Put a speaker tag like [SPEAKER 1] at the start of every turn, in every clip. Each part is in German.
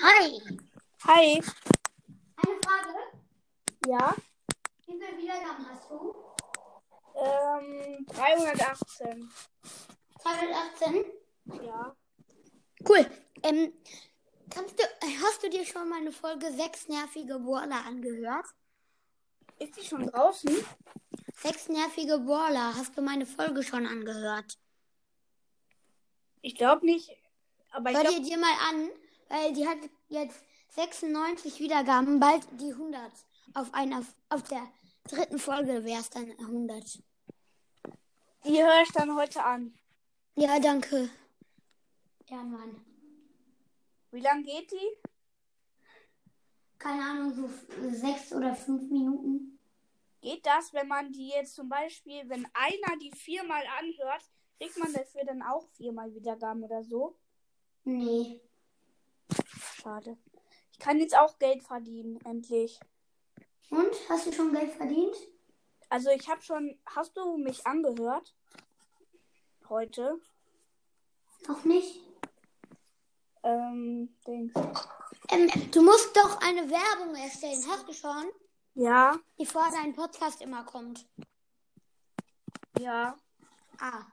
[SPEAKER 1] Hi.
[SPEAKER 2] Hi.
[SPEAKER 1] Eine Frage.
[SPEAKER 2] Ja.
[SPEAKER 1] Wie viele Wiedergaben hast du?
[SPEAKER 2] Ähm, 318.
[SPEAKER 1] 218.
[SPEAKER 2] Ja.
[SPEAKER 1] Cool. Ähm, kannst du, äh, hast du dir schon meine Folge 6 nervige Boiler angehört?
[SPEAKER 2] Ist die schon draußen?
[SPEAKER 1] 6 nervige Boiler, hast du meine Folge schon angehört?
[SPEAKER 2] Ich glaube nicht. Aber ich
[SPEAKER 1] Hör
[SPEAKER 2] glaube,
[SPEAKER 1] dir die mal an, weil die hat jetzt 96 Wiedergaben, bald die 100. Auf einer, auf der dritten Folge wäre es dann 100.
[SPEAKER 2] die höre ich dann heute an.
[SPEAKER 1] Ja, danke. Ehrenmann.
[SPEAKER 2] Wie lange geht die?
[SPEAKER 1] Keine Ahnung, so sechs oder fünf Minuten.
[SPEAKER 2] Geht das, wenn man die jetzt zum Beispiel, wenn einer die viermal anhört, kriegt man dafür dann auch viermal Wiedergaben oder so?
[SPEAKER 1] Nee.
[SPEAKER 2] Schade. Ich kann jetzt auch Geld verdienen, endlich.
[SPEAKER 1] Und? Hast du schon Geld verdient?
[SPEAKER 2] Also ich habe schon, hast du mich angehört? Heute?
[SPEAKER 1] Noch nicht?
[SPEAKER 2] Ähm, Dings.
[SPEAKER 1] Ähm, du musst doch eine Werbung erstellen. Hast du schon?
[SPEAKER 2] Ja,
[SPEAKER 1] Die vor deinem Podcast immer kommt.
[SPEAKER 2] ja.
[SPEAKER 1] Ah.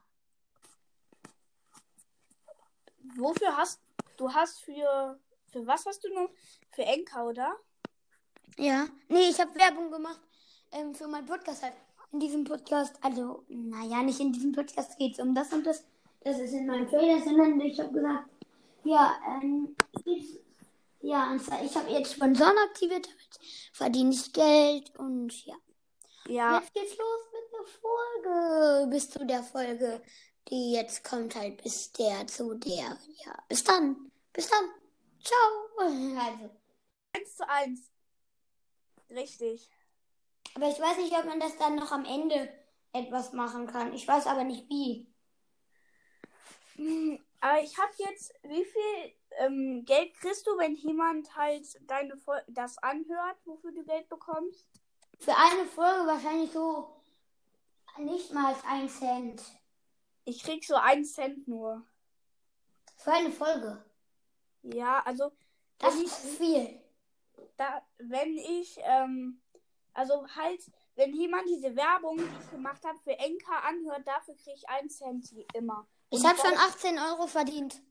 [SPEAKER 2] Wofür hast du hast für für was hast du noch? Für Enka, oder?
[SPEAKER 1] Ja. Nee, ich habe Werbung gemacht ähm, für meinen Podcast halt. In diesem Podcast, also, naja, nicht in diesem Podcast geht es um das und das. Das ist in meinem Trailer, sondern ich habe gesagt, ja, ähm, ich- ja, und zwar, ich habe jetzt Sponsoren aktiviert, damit verdiene ich Geld und ja.
[SPEAKER 2] Ja.
[SPEAKER 1] Jetzt geht's los mit der Folge. Bis zu der Folge, die jetzt kommt, halt bis der zu der. Ja, bis dann. Bis dann. Ciao. Also.
[SPEAKER 2] Eins zu eins. Richtig.
[SPEAKER 1] Aber ich weiß nicht, ob man das dann noch am Ende etwas machen kann. Ich weiß aber nicht wie.
[SPEAKER 2] Hm, Aber ich habe jetzt, wie viel ähm, Geld kriegst du, wenn jemand halt deine Fol das anhört, wofür du Geld bekommst?
[SPEAKER 1] Für eine Folge wahrscheinlich so nicht mal ein Cent.
[SPEAKER 2] Ich krieg so einen Cent nur.
[SPEAKER 1] Für eine Folge.
[SPEAKER 2] Ja, also
[SPEAKER 1] Das
[SPEAKER 2] wenn ich,
[SPEAKER 1] ist viel.
[SPEAKER 2] da, wenn ich ähm, also halt, wenn jemand diese Werbung, die ich gemacht habe, für Enka anhört, dafür krieg ich einen Cent immer.
[SPEAKER 1] Ich
[SPEAKER 2] Und
[SPEAKER 1] habe schon
[SPEAKER 2] da-
[SPEAKER 1] 18 Euro verdient.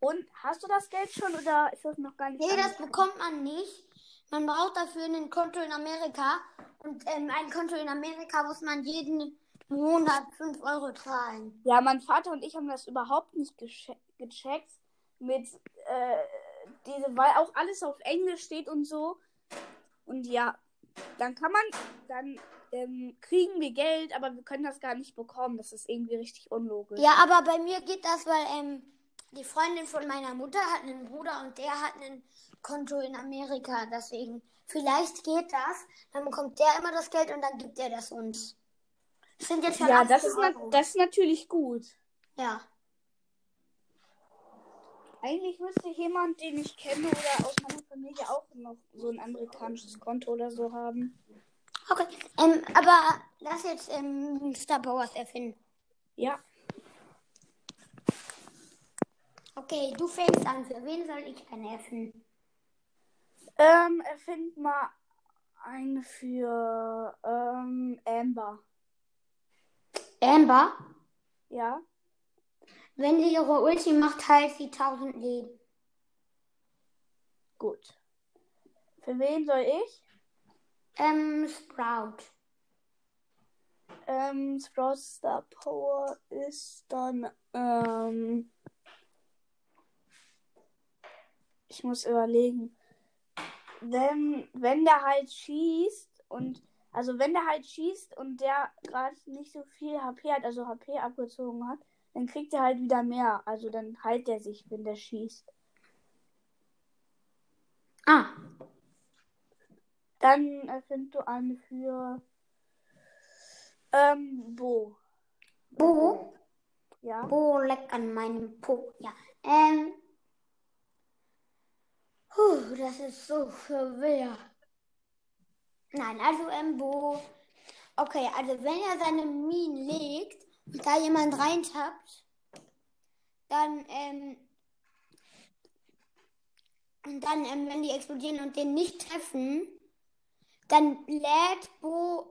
[SPEAKER 2] Und hast du das Geld schon oder ist das noch gar nicht?
[SPEAKER 1] Nee, das
[SPEAKER 2] angekommen?
[SPEAKER 1] bekommt man nicht. Man braucht dafür ein Konto in Amerika. Und ähm, ein Konto in Amerika muss man jeden Monat 5 Euro zahlen.
[SPEAKER 2] Ja, mein Vater und ich haben das überhaupt nicht gesche- gecheckt mit äh, diese, weil auch alles auf Englisch steht und so. Und ja, dann kann man, dann ähm, kriegen wir Geld, aber wir können das gar nicht bekommen. Das ist irgendwie richtig unlogisch.
[SPEAKER 1] Ja, aber bei mir geht das, weil ähm, die Freundin von meiner Mutter hat einen Bruder und der hat ein Konto in Amerika. Deswegen, vielleicht geht das. Dann bekommt der immer das Geld und dann gibt er das uns. Das sind jetzt schon
[SPEAKER 2] Ja, das
[SPEAKER 1] 18
[SPEAKER 2] ist, na
[SPEAKER 1] Euro.
[SPEAKER 2] das ist natürlich gut.
[SPEAKER 1] Ja.
[SPEAKER 2] Eigentlich müsste jemand, den ich kenne oder aus meiner Familie auch noch so ein amerikanisches Konto oder so haben.
[SPEAKER 1] Okay. Ähm, aber lass jetzt ähm, Star Powers erfinden.
[SPEAKER 2] Ja.
[SPEAKER 1] Okay, du fängst an. Für wen soll ich einen helfen?
[SPEAKER 2] Ähm, erfind mal eine für ähm, Amber.
[SPEAKER 1] Amber?
[SPEAKER 2] Ja.
[SPEAKER 1] Wenn sie ihre Ulti macht, heilt sie 1000 Leben.
[SPEAKER 2] Gut. Für wen soll ich?
[SPEAKER 1] Ähm, Sprout.
[SPEAKER 2] Ähm, Sprout Star Power ist dann, ähm, ich muss überlegen. Wenn, wenn der halt schießt und, also wenn der halt schießt und der gerade nicht so viel HP hat, also HP abgezogen hat, dann kriegt er halt wieder mehr. Also dann heilt er sich, wenn der schießt.
[SPEAKER 1] Ah,
[SPEAKER 2] Dann erfind du eine für ähm, Bo.
[SPEAKER 1] Bo?
[SPEAKER 2] Ja.
[SPEAKER 1] Bo leck an meinem Po. Ja. Ähm. Puh, das ist so schwer. Nein, also ähm, Bo. Okay, also wenn er seine Minen legt und da jemand reintappt, dann ähm, Und dann, ähm, wenn die explodieren und den nicht treffen, dann lädt Bo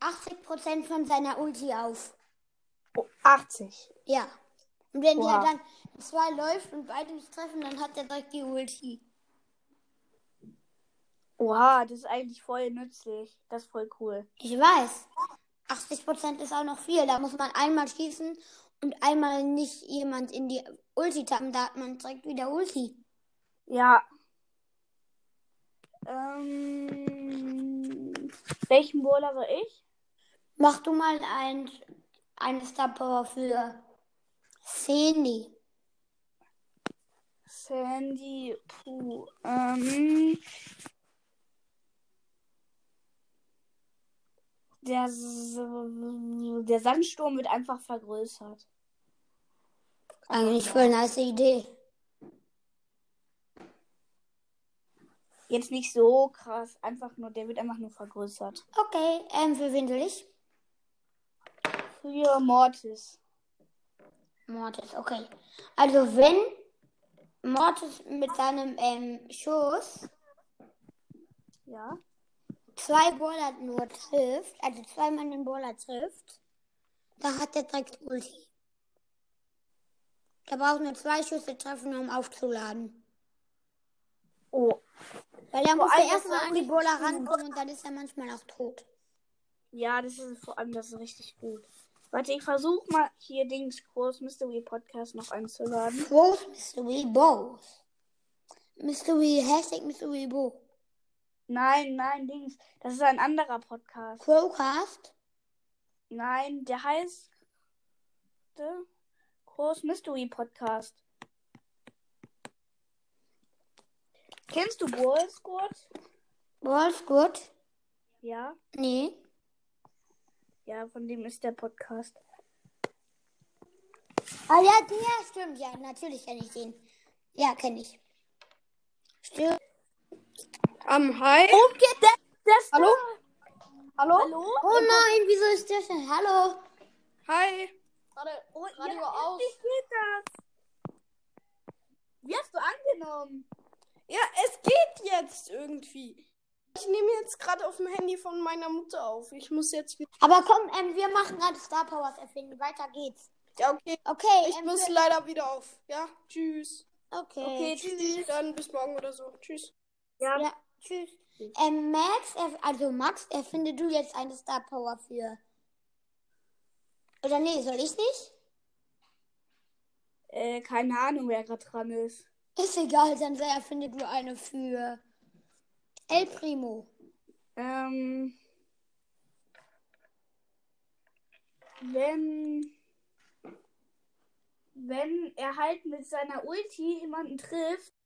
[SPEAKER 1] 80% von seiner Ulti auf.
[SPEAKER 2] Oh, 80.
[SPEAKER 1] Ja. Und wenn
[SPEAKER 2] Oha.
[SPEAKER 1] der dann zwei läuft und beide nicht treffen, dann hat er direkt die Ulti.
[SPEAKER 2] Oha, das ist eigentlich voll nützlich. Das ist voll cool.
[SPEAKER 1] Ich weiß. 80% ist auch noch viel. Da muss man einmal schießen und einmal nicht jemand in die Ulti tappen. Da hat man direkt wieder Ulti.
[SPEAKER 2] Ja. Ähm, welchen Bowler soll ich?
[SPEAKER 1] Mach du mal ein, eine Star Power für Sandy.
[SPEAKER 2] Sandy, puh, ähm, der, S- der Sandsturm wird einfach vergrößert.
[SPEAKER 1] Eigentlich voll eine nice Idee.
[SPEAKER 2] Jetzt nicht so krass, einfach nur, der wird einfach nur vergrößert.
[SPEAKER 1] Okay, ähm, für wen soll ich?
[SPEAKER 2] Für Mortis.
[SPEAKER 1] Mortis, okay. Also wenn Mortis mit seinem ähm, Schuss
[SPEAKER 2] Ja.
[SPEAKER 1] zwei Baller nur trifft, also zweimal den Baller trifft, dann hat er direkt Ulti. Er braucht nur zwei Schüsse treffen, um aufzuladen.
[SPEAKER 2] Oh.
[SPEAKER 1] Weil er
[SPEAKER 2] Vor
[SPEAKER 1] muss
[SPEAKER 2] allem,
[SPEAKER 1] ja
[SPEAKER 2] das
[SPEAKER 1] erstmal
[SPEAKER 2] war
[SPEAKER 1] an die
[SPEAKER 2] richtig
[SPEAKER 1] Baller
[SPEAKER 2] gut.
[SPEAKER 1] rankommen und dann ist er manchmal auch tot.
[SPEAKER 2] Ja, das ist vor allem das ist richtig gut. Warte, ich versuche mal hier Dings Groß Mystery Podcast noch einzuladen.
[SPEAKER 1] Both Mystery Bows. Mystery, Hashtag Mystery Bow.
[SPEAKER 2] Nein, nein, Dings. Das ist ein anderer Podcast.
[SPEAKER 1] Crowcast?
[SPEAKER 2] Nein, der heißt Groß Mystery Podcast. Kennst du Brawl Squad?
[SPEAKER 1] Brawl Squad?
[SPEAKER 2] Ja.
[SPEAKER 1] Nee.
[SPEAKER 2] Ja, von dem ist der Podcast.
[SPEAKER 1] Ah ja, ja, stimmt, ja, natürlich kenne ich den. Ja, kenne ich. Stimmt.
[SPEAKER 3] Am Ähm, Hi.
[SPEAKER 2] Oh. Das
[SPEAKER 3] Hallo?
[SPEAKER 2] Hallo? Hallo?
[SPEAKER 1] Oh nein, wieso ist der denn? Hallo.
[SPEAKER 3] Hi.
[SPEAKER 2] Oh,
[SPEAKER 3] Radio
[SPEAKER 2] ja,
[SPEAKER 3] aus.
[SPEAKER 2] Wie geht das? Wie hast du angenommen?
[SPEAKER 3] Ja, es geht jetzt irgendwie. Ich nehme jetzt gerade auf dem Handy von meiner Mutter auf. Ich muss jetzt wieder.
[SPEAKER 1] Aber komm, ähm, wir machen gerade Star Powers erfinden. Weiter geht's.
[SPEAKER 3] Ja, okay.
[SPEAKER 1] Okay,
[SPEAKER 3] Ich
[SPEAKER 1] ähm,
[SPEAKER 3] muss
[SPEAKER 1] wir-
[SPEAKER 3] leider wieder auf. Ja, tschüss.
[SPEAKER 1] Okay.
[SPEAKER 2] Okay, tschüss.
[SPEAKER 3] Dann bis morgen oder so. Tschüss.
[SPEAKER 2] Ja.
[SPEAKER 1] Ja, tschüss. Ähm, Max, erf- also Max, erfinde du jetzt eine Star Power für. Oder nee, soll ich nicht?
[SPEAKER 2] Äh, keine Ahnung, wer gerade dran ist.
[SPEAKER 1] Ist egal, dann erfinde du eine für El Primo.
[SPEAKER 2] Ähm. Wenn. Wenn er halt mit seiner Ulti jemanden trifft,